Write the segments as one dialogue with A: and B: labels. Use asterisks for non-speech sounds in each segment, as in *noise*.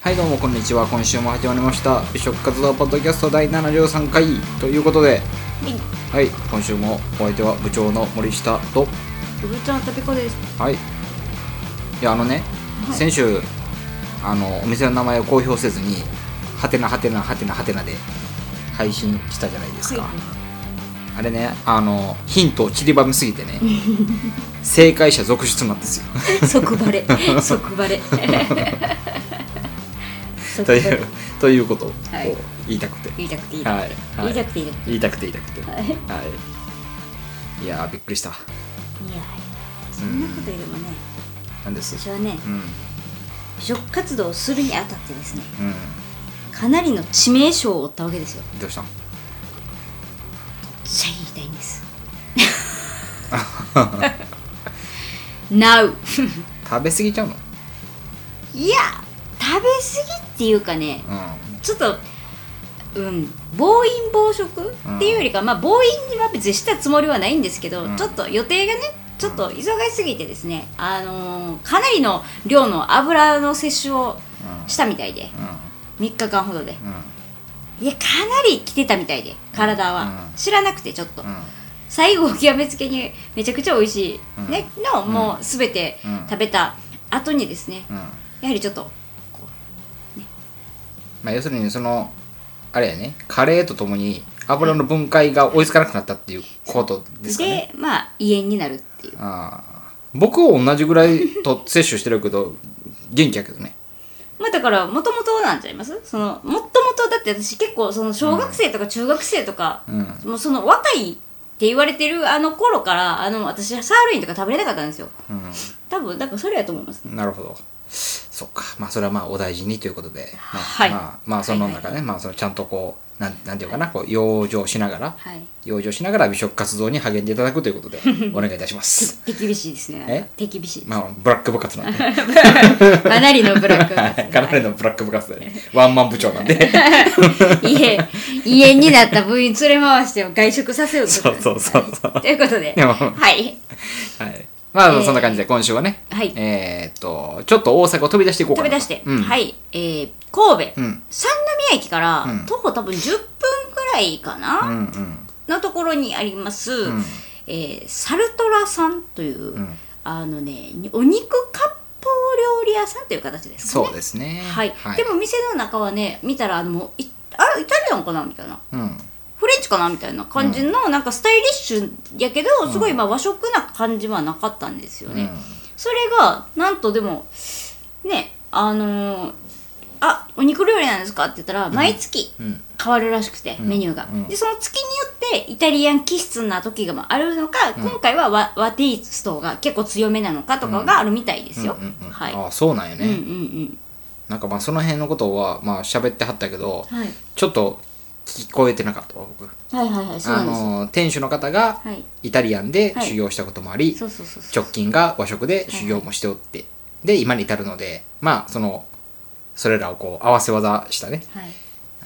A: はいどうもこんにちは今週も始まりました美食活動ポッドキャスト第73回ということではい今週もお相手は部長の森下と
B: 部長のたびこです。
A: はいいやあのね、
B: はい
A: 先週あのお店の名前を公表せずにはてなはてなはてなはてなで配信したじゃないですか、あれねあのヒントを散りばめすぎて
B: *laughs*
A: ね正解者続出なんですよ
B: い。即バ
A: *laughs*
B: レ。即バレ。即
A: と
B: バレ
A: いうということを
B: はい
A: 言いたくて、
B: 言いたくていい。
A: はい
B: 言
A: はいい
B: たくていい。いや
A: 言いたくて言いたくて
B: はい
A: はいいやーびっくりした
B: そんなことよりもね、
A: なんです
B: 私はね、
A: うん
B: 美食活動をするにあたってですね、
A: うん
B: かなりの致命傷を負ったわけですよ。
A: どうしたん
B: シャイ言いたいんです。Now!
A: 食べ過ぎちゃうの
B: いや食べ過ぎっていうかね、
A: う
B: ちょっと、うん、暴飲暴食
A: うん
B: っていうよりか、まあ、暴飲には別にしたつもりはないんですけど、
A: うん
B: ちょっと予定がねちょっと忙しすぎてですね、あのーかなりの量の油の摂取を
A: んうん
B: したみたいで
A: う
B: 3日間ほどで
A: んうん
B: いやかなり来てたみたいで体は、
A: うん
B: 知らなくてちょっと、
A: うん
B: 最後極めつけにめちゃくちゃ美味しい、
A: うん
B: ね、のもう全て
A: うん
B: 食べた後にですね
A: うん
B: やはりちょっとこ
A: まあ要するにそのあれやねカレーとともに油の分解が追いつかなくなったっていうこと
B: う
A: ですかね
B: でまあ胃炎になるっていう
A: ああ僕は同じぐらいと摂取してるけど元気やけどね
B: まあだから、もともとなんちゃいますその、もともと、だって私結構、その、小学生とか中学生とか、
A: うん
B: もうその、若いって言われてるあの頃から、あの、私、サーロインとか食べれなかったんですよ。多分、だからそれやと思いますね。
A: なるほど。そっか。まあ、それはまあ、お大事にということで。まあ、
B: はい
A: まあ、まあ、その中ね、まあ、そのちゃんとこう、なんなんていうかな、こう、養生しながら、
B: はい。
A: 養生しながら美食活動に励んでいただくというこ
B: *laughs*
A: とで、お願いいたします。
B: 手厳しいですね
A: え。
B: 手厳しい。
A: まあ、ブラック部活なんで、ね、
B: かなりのブラック
A: は
B: が
A: *laughs* い。かなりのブラック部活で、ね、ワンマン部長なんで。
B: *laughs* 家、家になった部員連れ回して外食させようとかね
A: そうそうそうそう
B: はいということで、
A: でも
B: はい。
A: はい。まあ、
B: えー
A: そんな感じで、今週はね、
B: はい
A: えーっと、ちょっと大阪を飛び出していこう
B: 飛
A: かな
B: び
A: と。
B: 出して、
A: うん、。
B: はいい、えー、神戸、
A: うん
B: 三宮駅から、
A: うん
B: 徒歩多分10分くらいか
A: う
B: な、
A: んうん。
B: のところにあります、
A: ん
B: えーサルトラさんという、
A: ん
B: あのねお肉割烹料理屋さんという形ですかね
A: そうですね。
B: はい、でも、店の中はね見たらあのもういあイタリアンかなみたいな
A: うん。
B: フレンチかなみたいな感じの、なんかスタイリッシュやけどすごいまあ和食な感じはなかったんですよね、
A: うん
B: それがなんとでもねあのーあお肉料理なんですか?」って言ったら毎月
A: うん
B: 変わるらしくて、メニューが、
A: うん
B: でその月によってイタリアン気質な時があるのか、今回は和和テイストが結構強めなのかとかがあるみたいですよ、
A: うんうん
B: はい、
A: ああ、そうなんよね。
B: うんうん
A: なんかまあその辺のことはまあ喋ってはったけど、
B: うんはい
A: ちょっと聞こえてなかったわ僕
B: はいはいはいそう
A: あ
B: なんですよ
A: の店主の方が
B: はい
A: イタリアンで
B: はい
A: 修行したこともあり、
B: そうそうそうそう
A: 直近が和食で修行もしておって、で今に至るのでまあそのそれらをこう合わせ技したね
B: はい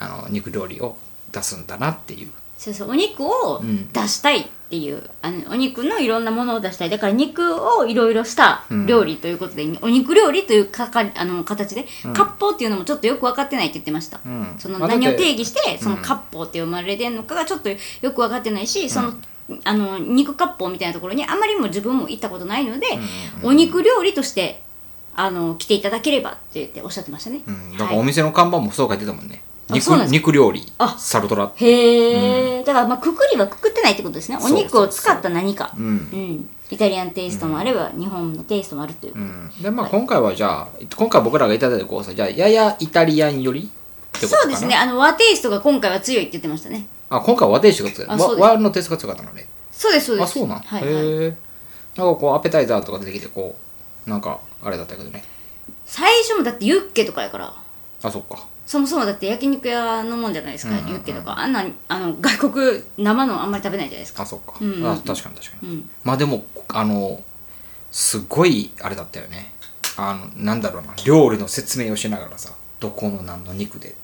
A: あの肉料理を出すんだなっていう
B: そうそうお肉を
A: うん
B: 出したいっていう、あのお肉のいろんなものを出したいだから肉をいろいろした料理ということで、お肉料理というかかあの形で、割烹っていうのもちょっとよく分かってないって言ってました、
A: ん
B: その
A: まあだって
B: 何を定義してその割烹って呼ばれてるのかがちょっとよく分かってないし、そのあの肉割烹みたいなところにあまりにも自分も行ったことないので、お肉料理としてあの来ていただければって言っておっしゃってましたね、
A: うんだからお
B: はい
A: 店の看板もそう書いてたもんね、
B: あ
A: 肉
B: そうなんです
A: 肉料理
B: あ
A: サルトラ
B: へえ、だからまあくくりはくくってないってことですねお肉を使った何か
A: うん
B: うん、イタリアンテイストもあれば、日本のテイストもあるという、
A: うんでまあ今回はじゃあ今回僕らがいただいたコースはじゃあややイタリアン寄りってことかな
B: そうですねあの和テイストが今回は強いって言ってましたね
A: あ今回和定食が強い
B: あそう
A: わ
B: です
A: 和の定食が強かったのね
B: そうですそうで
A: あ
B: す
A: そうなん、
B: はい、はい
A: へえんかこうアペタイザーとか出てきてこうなんかあれだったけどね
B: 最初もだってユッケとかやから
A: あそっか
B: そもそもだって焼肉屋のもんじゃないですか、
A: うんうんうん
B: ユッケとかあんなあの外国生のあんまり食べないじゃないですか
A: あそっか、
B: うんうん
A: あ確かに確か
B: う
A: に、
B: ん
A: まあでもあのすごいあれだったよねあのなんだろうな料理の説明をしながらさどこの何の肉で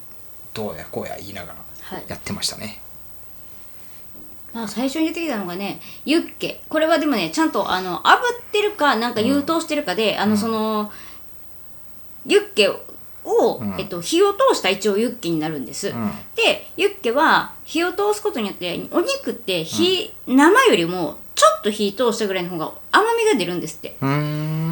A: どうやこうや言いながら
B: はい
A: やってましたね、
B: まあ、最初に出てきたのがねユッケこれはでもねちゃんとあの炙ってるかなんか優等してるかで、あのそのユッケをを、
A: うん
B: えっと、火を通した一応ユッケになるんです、
A: うん
B: でユッケは火を通すことによってお肉って火、生よりもちょっと火通したぐらいの方が甘みが出るんですって
A: うーん
B: う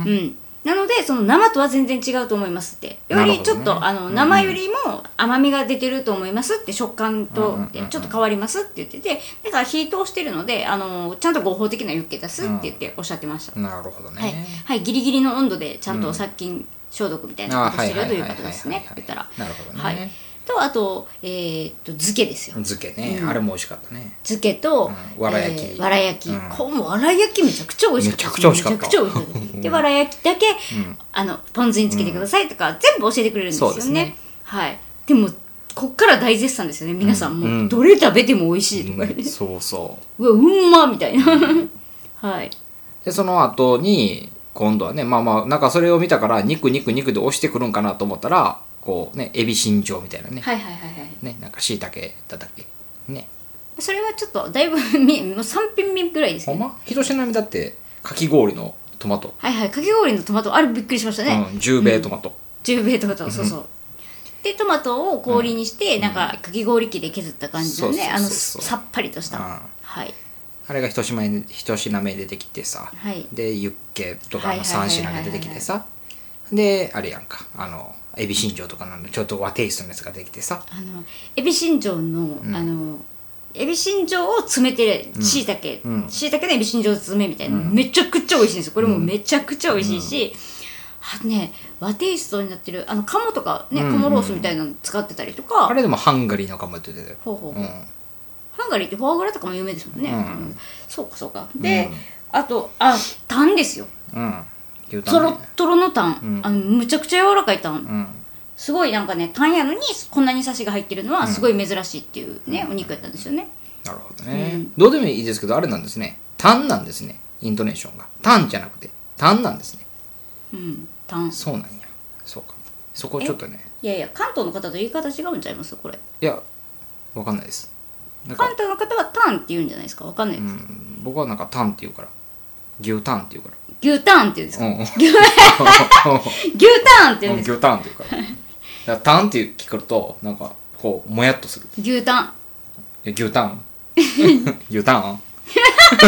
B: ん、なのでその生とは全然違うと思いますってよりちょっと、
A: なるほどね
B: あの生よりも甘みが出てると思いますって食感
A: う
B: と
A: んうんうんうん
B: ちょっと変わりますって言っててだから火通してるのであのちゃんと合法的なユッケ出すって言っておっしゃってました、
A: なるほどね、
B: はい、はい、ギリギリの温度でちゃんと殺菌消毒みたいなことしてるよということですねって言ったら
A: なるほどね、
B: はいとあとえーっと漬けですよ
A: 漬けね、
B: うん
A: あれも美味しかったね
B: 漬けと、
A: うんわら焼き
B: えーわら焼き、
A: うん
B: こうもうわら焼きめちゃくちゃ美味しかったです
A: めちゃくちゃ美味しかった
B: めちゃくちゃ美味しかったでわら焼きだけ、あのポン酢につけてくださいとか、全部教えてくれるんですよ
A: そう
B: ね
A: ですね
B: はいでもこっから大絶賛ですよね皆さん、
A: うんう
B: も
A: ん
B: うどれ食べても美味しいとか言って、
A: うんそうそう
B: うわうんまみたいなはい
A: でその後に今度はねまあまあなんかそれを見たから肉肉肉で押してくるんかなと思ったらこうねエビ新庄みたいなね、
B: はいはいはいはい
A: ねなんかしいたけだったっけね
B: それはちょっとだいぶみもう3品目ぐらいです
A: ほん
B: ね
A: ま一品目だってかき氷のトマト、
B: はいはいかき氷のトマトあれびっくりしましたね、
A: うん十兵衛トマト、
B: 10米トマトそうそうでトマトを氷にして、なんかかき氷機で削った感じのね
A: そうそ
B: あ
A: う
B: の
A: そうそう
B: さっぱりとした、
A: うん
B: はい
A: あれが一品目に一品目に出てきてさ、
B: はい
A: でユッケと
B: は
A: か
B: いはいはいはい
A: 3品が出てきてさであれやんかあのエビ新庄とかなんのちょっと和テイストのやつができてさ
B: あのエビ新庄の、あのエビ新庄を詰めてるしいたけ
A: うん
B: しいたけのエビ新庄詰めみたいな、めちゃくちゃ美味しいんですよこれもめちゃくちゃ美味しいし、あとね和テイストになってるあの鴨とかね
A: うんうん
B: 鴨ロースみたいなの使ってたりとか、
A: あれでもハンガリーのかもって出てたよ、
B: ほうほうほう
A: うん、
B: ハンガリーってフォアグラとかも有名ですもんね、
A: うん
B: うんそうかそうかで、あとあタンですよ
A: うん牛タ
B: と
A: ンね
B: ろっとろのタン、
A: うん
B: あのむちゃくちゃ柔らかいタン、
A: うん
B: すごいなんかねタンやのにこんなにサシが入ってるのはすごい珍しいっていうね、お肉やったんですよね
A: なるほどね、
B: うん
A: どうでもいいですけどあれなんですね「タン」なんですねイントネーションが「タン」じゃなくて「タン」なんですね
B: うんタンい
A: そうなんやそうかそこちょっとね
B: やいや関東の方と言い方違うんちゃいますこれ
A: いやわかんないですなんか
B: 関、東の方はタンって言うんじゃないですかわかんない、
A: うん、僕はなんか「タン」って言うから牛タンって言うから
B: *laughs* 牛タンって言うんですか、
A: うんうん
B: 牛タンって言うんですか
A: 牛タンっていうからだからタンって聞くとなんかこうもやっとする
B: 牛タ
A: *laughs*
B: ン
A: いや牛タ
B: *laughs*
A: ン牛タン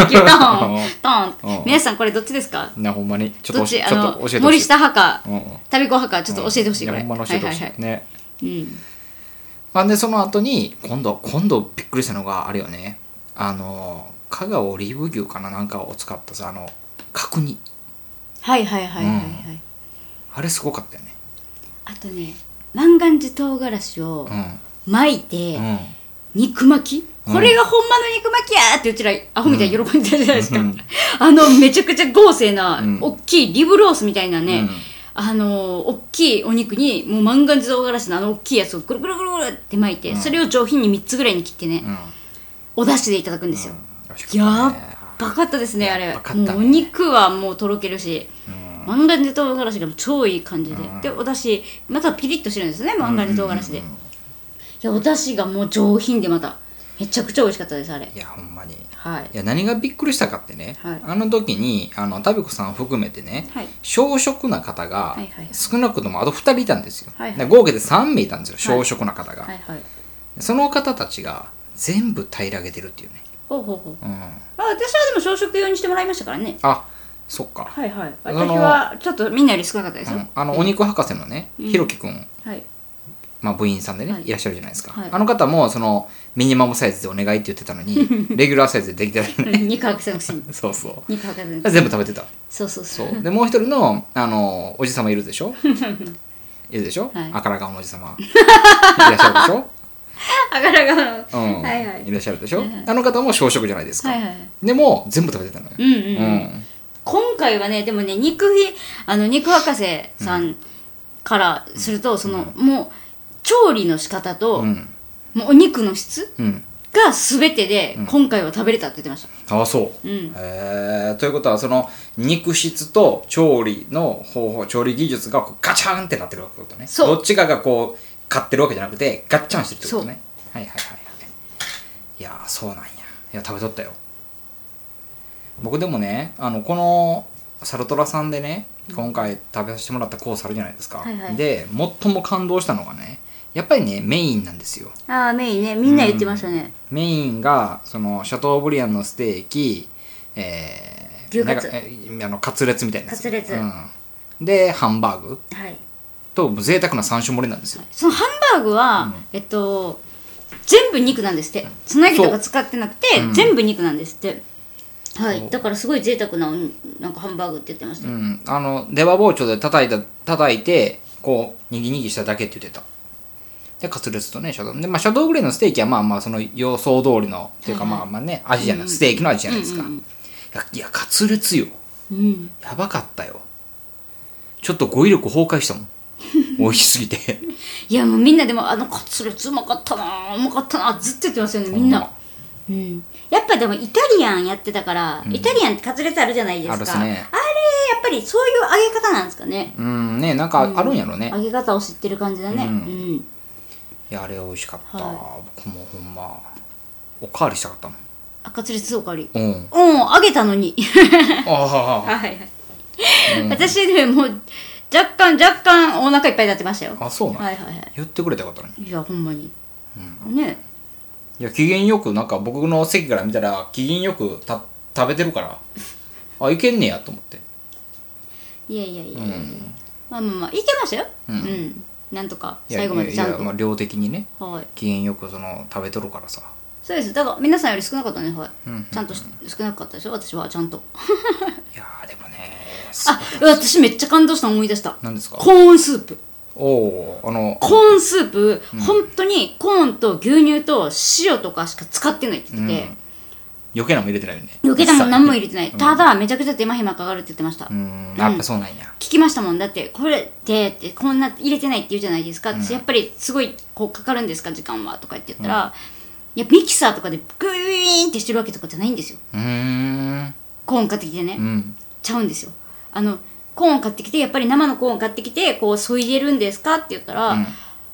B: 牛タンタン
A: うん
B: 皆さんこれどっちですか
A: なほんまにちょっ
B: ど
A: と
B: っ
A: ち
B: ち
A: ょ
B: あ
A: っと教えて
B: の
A: ほし
B: 森
A: い
B: 下派か
A: うんうん
B: 旅子派かちょっと教えてほしい
A: や
B: これ、
A: ほんまに教えてほしいね
B: いうん
A: まあでその後に今度今度びっくりしたのがあれよねあの香川オリーブ牛かななんかを使ったさあの角煮
B: はいはいはいはいはい、
A: あれすごかったよね
B: あとね万願寺唐辛子を巻いて、
A: うんうん
B: 肉巻き、
A: うん
B: これがほんまの肉巻きやーってうちらアホみたいに喜んでたじゃないですか、
A: うん
B: あのめちゃくちゃ豪勢な、
A: うん
B: 大きいリブロースみたいな
A: う
B: ね、
A: ん
B: あのー大きいお肉にもう万願寺唐辛子のあの大きいやつをぐるぐるぐるぐるって巻いて、
A: うん
B: それを上品に3つぐらいに切ってね、
A: うん
B: お出汁でいただくんですよ、
A: よし
B: やっばかったですねあれ
A: やっばかったね
B: もうお肉はもうとろけるし
A: うん
B: 万願寺唐辛子が超いい感じで、
A: うん
B: でお出汁またピリッとしてるんですね万願寺唐辛子で、
A: うんうんうん
B: いやお出汁がもう上品でまためちゃくちゃ美味しかったですあれ
A: いやほんまに
B: はい
A: いや何がびっくりしたかってね、
B: はい
A: あの時にあのタビコさん含めてね、
B: はい
A: 小食な方が
B: はいはい
A: 少なくともあと2人いたんですよ、
B: はいはい
A: だから合計で3名いたんですよ
B: は
A: 小
B: い
A: 食な方が、
B: はいはい
A: その方たちが全部平らげてるっていうね、
B: ほうほうほう
A: うん、
B: まあ私はでも朝食用にしてもらいましたからね
A: あそっか、
B: はいはい
A: あ
B: 私
A: の
B: はちょっとみんなより少なかったです
A: う
B: よ、
A: んあのお肉博士のね、ひろきくん、
B: はい
A: まあ、部員さんでね、
B: はい
A: い、らっしゃるじゃないですか、
B: はい
A: あの方もそのミニマムサイズでお願いって言ってたのに *laughs* レギュラーサイズでできてたのね
B: 肉博士のくせに
A: そうそう
B: 肉博士のくせに
A: 全部食べてた
B: そうそうそ
A: そううでもう一人のあのおじさまいるでし
B: *laughs*
A: ょいるでしょ、
B: はい
A: 赤ら顔のおじさまいらっしゃるでしょ、
B: あからがは
A: う
B: い
A: ん
B: はいはい
A: らっしゃるでしょ、
B: はいはい
A: あの方も小食じゃないですか、
B: いはい
A: でも全部食べてたのよ、
B: うんう
A: う
B: んうん、
A: ん
B: 今回はねでもね肉ひあの肉博士さんからすると、そのもう調理の仕方と、
A: うん
B: もうお肉の質
A: うん
B: が全てで今回は食べれたって言ってました、
A: ああそう、
B: うん
A: えーということはその肉質と調理の方法調理技術がこうガチャンってなってるわけってことね
B: そう
A: どっちかがこう勝ってるわけじゃなくてガッチャンしてるってことねはいはいはいはいいやーそうなんやいや食べとったよ僕でもねあのこのサルトラさんでね今回食べさせてもらったコースあるじゃないですか、
B: はいはい
A: で最も感動したのがねやっぱりねメインなんですよ
B: ああメインねみんな言ってましたね、
A: メインがそのシャトーブリアンのステーキ、えー、
B: 牛カツ
A: なんかえーあのカツレツみたいなやつ
B: カツレツ
A: うん、でハンバーグ
B: はい
A: と贅沢な3種盛りなんですよ
B: そのハンバーグは、えっと全部肉なんですってつなぎとか使ってなくて、
A: うん
B: 全部肉なんですっては
A: そう
B: いだからすごい贅沢なうんなんかハンバーグって言ってました
A: う
B: よ、
A: ん、あの出刃包丁で叩いた叩いてこうにぎにぎしただけって言ってたでカツレツとねシャドウで、まあ、シャドーグレーのステーキはまあまあその予想通りのっていうか
B: はいはい
A: まあまあね味じゃない、ステーキの味じゃないですか、
B: うん
A: いやいやカツレツよ
B: うん
A: やばかったよちょっと語彙力崩壊
B: *laughs*
A: したもん美味しすぎて
B: いやもうみんなでもあのカツレツうまかったなあうまかったなあずっと言ってますよねみんな、うん、やっぱでもイタリアンやってたから、イタリアンってカツレツあるじゃないですか
A: あるっすね
B: あれやっぱりそういう揚げ方なんですかね、
A: うんねなんかあるんやろね、
B: 揚げ方を知ってる感じだね
A: う
B: うんん、
A: いやあれ美味しかった、
B: は
A: 僕もほんまおかわりしたかったもん
B: あカツレツおかわり
A: うん
B: うん揚げたのに
A: ああ
B: はいはい、私でもう若干若干お腹いっぱいになってましたよ
A: あそうなん、
B: はいはいは
A: 言ってくれたかったのに
B: いいやほんまに、ね
A: いや機嫌よくなんか僕の席から見たら機嫌よくた食べてる
B: *laughs*
A: からあいけんねやと思って
B: いやいやいや
A: う
B: いや、
A: ん
B: まあまあまあいけましたようん、なんとか
A: いや
B: 最後までちゃんと
A: いやいやまあ、量的にね
B: はい
A: 機嫌よくその食べとるからさ
B: そうですだから皆さんより少なかったねはい、
A: んうんうん
B: ちゃんとし少なかったでしょ私はちゃんと
A: いやーでもね
B: あ私めっちゃ感動したの思い出した
A: 何ですか
B: コーンスープ
A: おおーあの
B: コーンスープ、本当にコーンと牛乳と塩とかしか使ってないって言ってて、
A: 余計なもん入れてないよね
B: 余計なもん何も
A: れ
B: 入れてない、ただめちゃくちゃ手間暇かかるって言ってました、
A: うんやっぱそうなんや
B: 聞きましたもんだってこれってってこんな入れてないって言うじゃないですか、私やっぱりすごいこうかかるんですか時間はとかって言ったら、いやミキサーとかでグイーンってしてるわけとかじゃないんですよ
A: うーん
B: コーン買ってきてね、
A: うん
B: ちゃうんですよあのコーン買ってきてやっぱり生のコーン買ってきてこうそいでるんですかって言ったら「
A: ん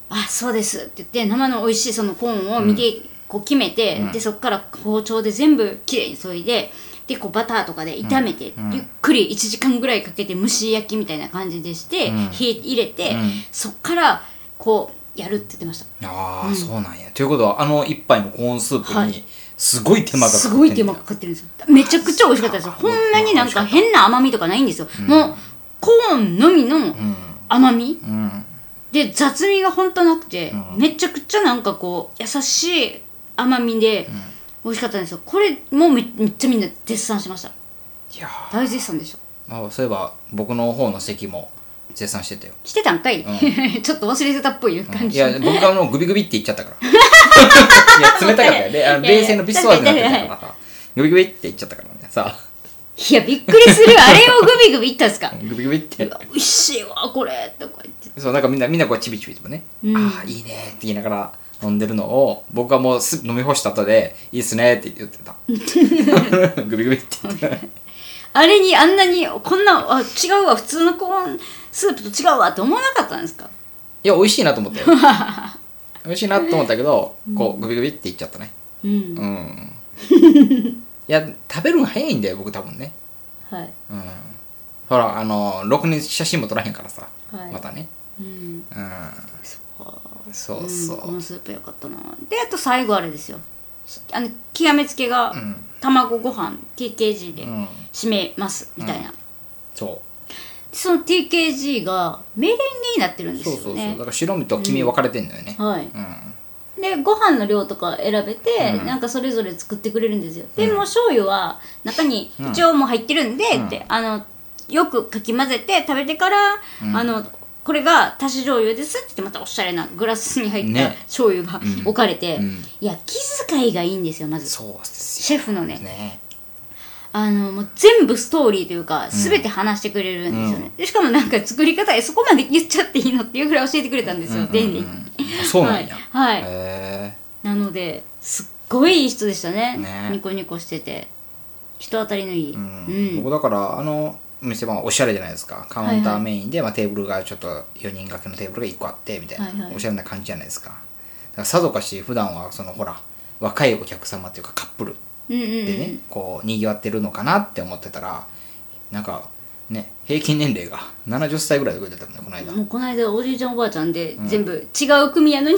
B: あそうです」って言って生の美味しいそのコーンを見て、こう決めて、でそこから包丁で全部きれいにそいででこうバターとかで炒めて、ゆっくり1時間ぐらいかけて蒸し焼きみたいな感じでして、
A: うん
B: 火入れて、
A: うん
B: そっからこうやるって言ってました
A: ああ、そうなんやということはあの一杯のコーンスープ
B: は
A: に
B: い
A: すごい手間がかかって
B: す
A: んね
B: ごい手間かかってるんですよめちゃくちゃ美味しかったですよ
A: あ
B: こんなになんか変な甘みとかないんですよ、もうコーンのみの甘み、
A: うん
B: で雑味が本当なくて、めちゃくちゃなんかこう優しい甘みで美味しかったんですよこれもめめっちゃみんな絶賛しました
A: いやー
B: 大絶賛でした
A: まあ、そういえば僕の方の席も絶賛してたよ
B: してたんかい、 *laughs* ちょっと忘れてたっぽい感
A: い
B: じ、
A: や僕がもうグビグビって言っちゃったから
B: *laughs*
A: いや冷たかったよであの
B: いやいや
A: 冷静のビスワーズになってたからさグビグビって言っちゃったからねさあ
B: いやびっくりするあれをグビグビいった
A: *laughs*
B: んですか
A: グビグビって
B: 美味しいわこれとか言って
A: そうなんかみんなみんなこうチビチビとかね、ああいいねって言いながら飲んでるのを僕はもうす飲み干した後でいいっすねって言って
B: *laughs*
A: た *laughs* グビグビって言って
B: あれにあんなにこんなあ違うわ普通のコーンスープと違うわって思わなかったんですか
A: いや美味しいなと
B: *laughs*
A: 思ったよ美味しいなと思ったけどこうグビグビって言っちゃったね
B: うん
A: うん
B: *laughs*
A: いや食べるの早いんだよ僕多分ね
B: はい
A: うんほらあのろくに写真も撮らへんからさ、
B: はい
A: またね
B: うん
A: うん
B: そっか
A: そう
B: う
A: そ
B: ん、こ
A: う、
B: のスープよかったなであと最後あれですよあの極めつけが
A: ん
B: 卵ご飯 TKG で
A: うん
B: 締めますみたいな、
A: そ
B: その TKG がメレンゲになってるん
A: う
B: で
A: そう
B: す
A: そ
B: よ
A: うそうだ
B: ね
A: から白身と黄身分かれてんのよね、
B: はい
A: うん
B: でご飯の量とか選べて、
A: うん
B: なんかそれぞれ作ってくれるんですよでもう醤油は中に
A: うん
B: 一応もう入ってるんで、
A: うん
B: ってあのよくかき混ぜて食べてから、あのこれが足し醤油ですって言ってまたおしゃれなグラスに入った
A: ね
B: 醤油が置かれて、
A: うん
B: いや気遣いがいいんですよまず
A: そうです
B: シェフの
A: よ
B: ね
A: ね
B: あのもう全部ストーリーというか全て話してくれるんですよね、でしかもなんか作り方そこまで言っちゃっていいのっていうぐらい教えてくれたんですよ、丁寧に
A: あそうなんや、
B: はいはい
A: へえ
B: なのですっごいいい人でしたね
A: ね
B: ニコニコしてて人当たりのいい、
A: うん
B: うん
A: 僕だからあのお店はおしゃれじゃないですかカウンターメインで、まあ、テーブルがちょっと4人掛けのテーブルが1個あってみたいな、
B: はいはい
A: おしゃれな感じじゃないですかだからさぞかし普段はそのほら若いお客様っていうかカップル
B: うんうんうん
A: でね、こうにぎわってるのかなって思ってたらなんかね、平均年齢が70歳ぐらいで出たんだよこの間、
B: もうこの間おじいちゃんおばあちゃんで全部違う組やのに、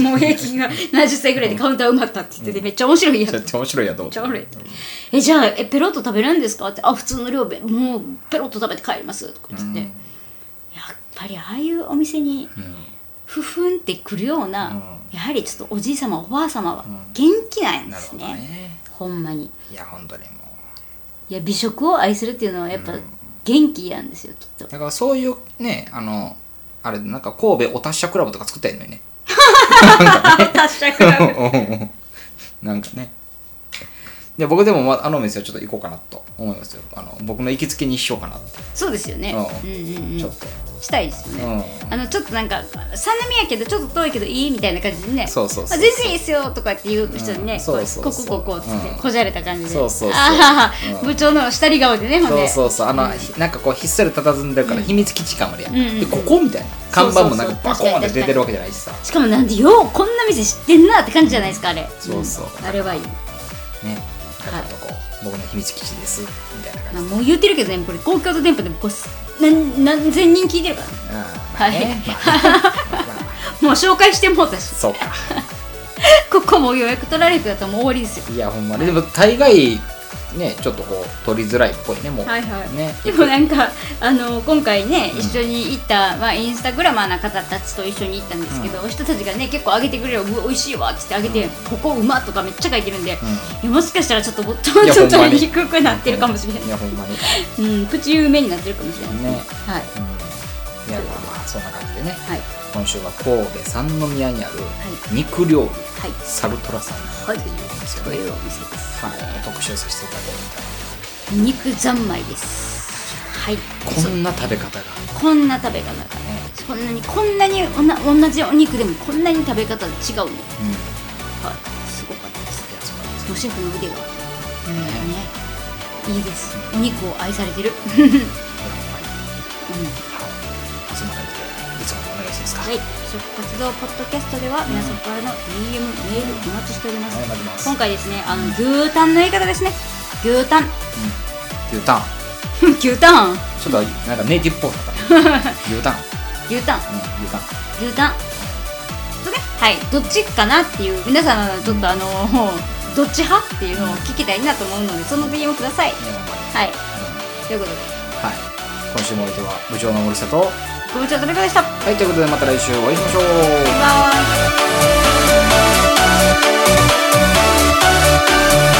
B: もう平均 *laughs* が70歳ぐらいでカウンター埋まったって言ってて、めっちゃ面白いや
A: そ
B: ん
A: うやって面白いやと思っ
B: ち
A: て
B: ゃ悪いえじゃあえペロッと食べるんですか?」って「あ普通の量べもうペロッと食べて帰ります」とか言ってて、やっぱりああいうお店にふふんってくるような、やはりちょっとおじい様おばあ様は元気なんで
A: なる
B: す
A: ほ
B: ね,、
A: どね
B: ほんまに
A: いや本当にも
B: いや美食を愛するっていうのはやっぱ元気なんですよきっ
A: *laughs*
B: と
A: うだからそういうねあのあれなんか神戸お達者クラブとか作ったらいいのにね
B: 達者クラブ
A: *laughs* なんかねで僕でも、まあ、あのお店はちょっと行こうかなと思いますよあの僕の行きつけにしようかなって、
B: *laughs* そうですよね
A: う
B: うんんうんうん
A: ちょっと、
B: したいですよね、
A: う
B: あのちょっとなんか三宮やけどちょっと遠いけどいいみたいな感じでね
A: そうそうそう
B: あ全然いいですよとかっていう人にね、
A: うん
B: こ
A: そうそうそう
B: ここここっつって、
A: うん
B: こじゃれた感じで
A: そうそうそう
B: ああ、
A: うん
B: 部長の下り顔でねほん
A: そう
B: で
A: そうそうあの、ひなんかこうひっそり佇んでるから秘密基地感あるやん、
B: うんうん
A: でここみたいな看板もなんか
B: そう
A: バ
B: そう
A: コ
B: そ
A: ー
B: う
A: ンって出てるわけじゃないしさ
B: しかもなんでようこんな店知ってんなって感じじゃないですかあれ
A: そうそう
B: あれはいい、
A: ねなんかちょっとこう、僕の秘密基地ですみたいな
B: ま
A: 感
B: あ、
A: じで
B: もう言ってるけどねこれ公共と店舗でもこうす何何千人聞いてるからね
A: うんま
B: は
A: あ
B: い
A: ねまあねまあまあまあ
B: もう紹介してもうたし
A: そうか
B: ここもう予約取られてたらもう終わりですよ
A: いやほんまねでも大概ねちょっとこう取りづらいっぽいねもう
B: はいはい
A: ね
B: でもなんかあの今回ね一緒に行った、まあ、インスタグラマーな方たちと一緒に行ったんですけど、人たちがね結構上げてくれるうわ美味しいわっつって上げて、ここうまっとかめっちゃ書いてるんで、いやもしかしたらちょっとボッ *laughs* ト
A: い
B: ン
A: や
B: ちょ
A: ほ
B: っ
A: ん
B: と
A: まに
B: 低くなってるかもしれない
A: いやほんまに
B: うん、プチ有名になってるかもしれないですね
A: ね
B: はい
A: うんいやまあまあそんな感じでね
B: はい
A: 今週は神戸三宮にある肉料理
B: はい
A: サルトラさん
B: はい
A: っていうんですけど
B: というお店です、
A: はい、特集させていただこう
B: 肉三昧ですはい
A: みたいな
B: そ
A: こんな食べ方が
B: こんな食べ方がねこんなにこんなにおな同じお肉でもこんなに食べ方が違うね
A: うんいや
B: はいすごかったです
A: そうなんです
B: もうシェフの腕が、ね、いいですお肉を愛され
A: *laughs*
B: てる、
A: いやほんまにはいそんな感じでいつものお願いしますか
B: はい食活動ポッドキャストでは皆さんからの DM メールお待ちしております
A: お願いします
B: 今回ですねあの牛タンの言い方ですね牛タン *laughs*
A: 牛タン
B: 牛タン
A: ちょっとなんかネイティブっぽか
B: *laughs*
A: ったね牛タン
B: 牛タン
A: うん牛タン
B: 牛タンとねはいどっちかなっていう皆さんのちょっとあのどっち派っていうのを聞きたいなと思うのでその DM ください
A: いやほんまに
B: はい
A: うん
B: ということで
A: はい今週もお相手は部長の森下とは
B: ご部長とりこでしたバイ
A: いということでまた来週お会いしましょう
B: バーイ